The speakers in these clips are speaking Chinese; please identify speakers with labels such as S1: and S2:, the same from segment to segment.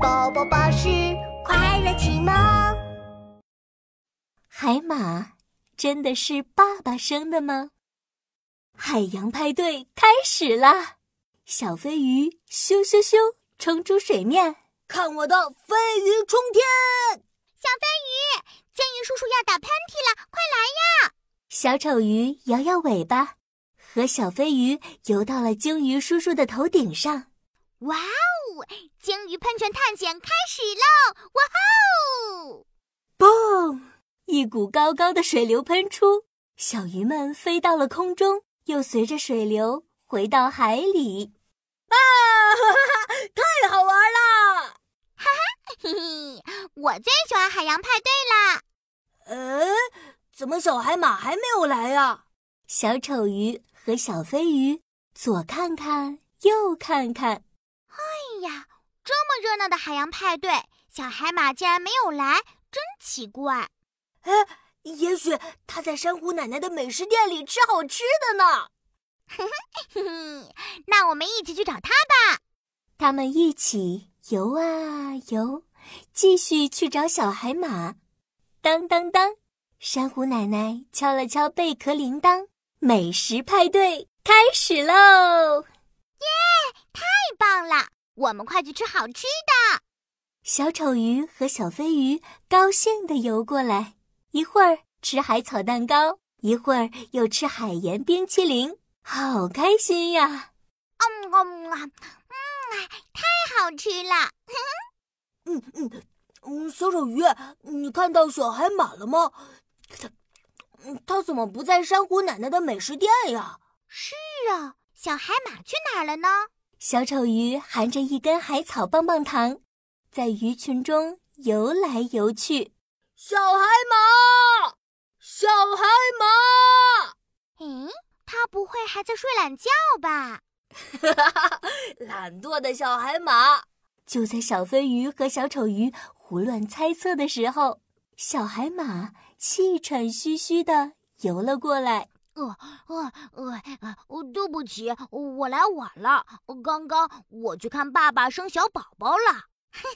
S1: 宝宝巴士快乐启蒙。
S2: 海马真的是爸爸生的吗？海洋派对开始啦！小飞鱼咻咻咻冲出水面，看我的飞鱼冲天！
S3: 小飞鱼，金鱼叔叔要打喷嚏了，快来呀！
S2: 小丑鱼摇摇尾巴，和小飞鱼游到了鲸鱼叔叔的头顶上。
S3: 哇哦！鲸鱼喷泉探险开始喽！哇哦！
S2: 嘣！一股高高的水流喷出，小鱼们飞到了空中，又随着水流回到海里。
S4: 啊！哈哈哈！太好玩了！
S3: 哈哈，嘿嘿，我最喜欢海洋派对啦！
S4: 呃，怎么小海马还没有来呀、啊？
S2: 小丑鱼和小飞鱼左看看，右看看。
S3: 哎呀，这么热闹的海洋派对，小海马竟然没有来，真奇怪。
S4: 哎，也许它在珊瑚奶奶的美食店里吃好吃的呢。
S3: 嘿嘿，那我们一起去找它吧。
S2: 他们一起游啊游，继续去找小海马。当当当，珊瑚奶奶敲了敲贝壳铃铛，美食派对开始喽！
S3: 耶，太棒了！我们快去吃好吃的。
S2: 小丑鱼和小飞鱼高兴地游过来，一会儿吃海草蛋糕，一会儿又吃海盐冰淇淋，好开心呀！
S3: 嗯嗯啊，嗯，太好吃了！
S4: 嗯嗯嗯，小丑鱼，你看到小海马了吗？它，
S2: 嗯
S4: 它怎么不在珊瑚奶奶的美食店呀？
S3: 是啊。小海马去哪儿了呢？
S2: 小丑鱼含着一根海草棒棒糖，在鱼群中游来游去。
S4: 小海马，小海马，
S3: 嗯，它不会还在睡懒觉吧？
S4: 懒惰的小海马。
S2: 就在小飞鱼和小丑鱼胡乱猜测的时候，小海马气喘吁吁地游了过来。
S5: 呃呃呃呃，对不起，我来晚了。呃刚刚我去看爸爸生小宝宝了。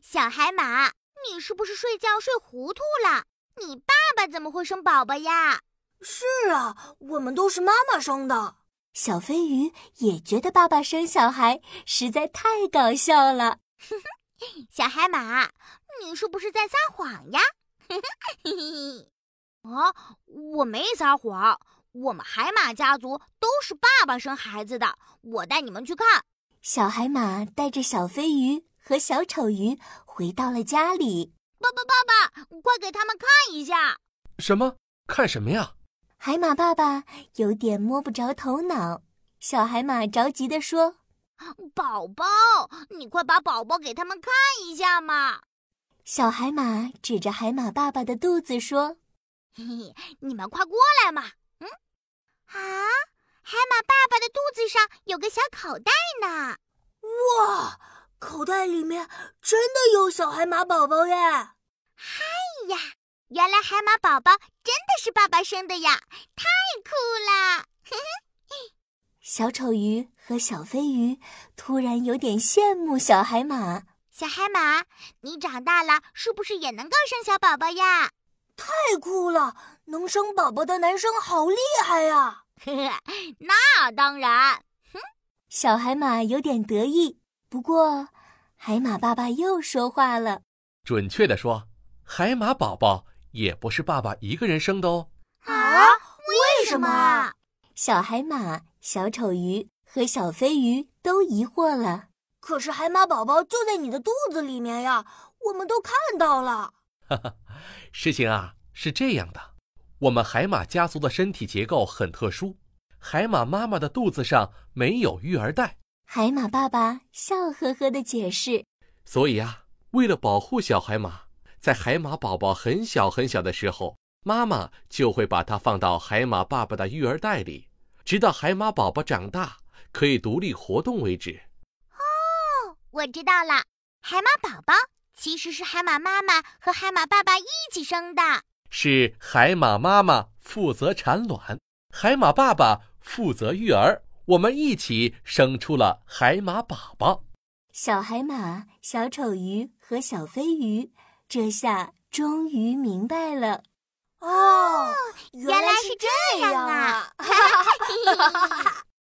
S3: 小海马，你是不是睡觉睡糊涂了？你爸爸怎么会生宝宝呀？
S4: 是啊，我们都是妈妈生的。
S2: 小飞鱼也觉得爸爸生小孩实在太搞笑了。
S3: 小海马，你是不是在撒谎 呀？
S5: 啊，我没撒谎，我们海马家族都是爸爸生孩子的。我带你们去看。
S2: 小海马带着小飞鱼和小丑鱼回到了家里。
S5: 爸爸，爸爸，快给他们看一下！
S6: 什么？看什么呀？
S2: 海马爸爸有点摸不着头脑。小海马着急地说：“
S5: 宝宝，你快把宝宝给他们看一下嘛！”
S2: 小海马指着海马爸爸的肚子说。
S5: 嘿嘿，你们快过来嘛！嗯，
S3: 啊，海马爸爸的肚子上有个小口袋呢。
S4: 哇，口袋里面真的有小海马宝宝耶！
S3: 嗨哎呀，原来海马宝宝真的是爸爸生的呀，太酷啦！
S2: 小丑鱼和小飞鱼突然有点羡慕小海马。
S3: 小海马，你长大了是不是也能够生小宝宝呀？
S4: 太酷了！能生宝宝的男生好厉害呀、啊！
S5: 呵呵，那当然。
S2: 哼，小海马有点得意。不过，海马爸爸又说话了。
S6: 准确的说，海马宝宝也不是爸爸一个人生的哦。
S4: 啊？为什么？啊
S2: 小海马、小丑鱼和小飞鱼都疑惑了。
S4: 可是海马宝宝就在你的肚子里面呀，我们都看到了。
S6: 哈哈，事情啊是这样的，我们海马家族的身体结构很特殊，海马妈妈的肚子上没有育儿袋。
S2: 海马爸爸笑呵呵的解释：“
S6: 所以啊，为了保护小海马，在海马宝宝很小很小的时候，妈妈就会把它放到海马爸爸的育儿袋里，直到海马宝宝长大可以独立活动为止。”
S3: 哦，我知道了，海马宝宝。其实是海马妈妈和海马爸爸一起生的，
S6: 是海马妈妈负责产卵，海马爸爸负责育儿，我们一起生出了海马宝宝。
S2: 小海马、小丑鱼和小飞鱼，这下终于明白了。哦
S3: 哦
S2: 啊
S3: 啊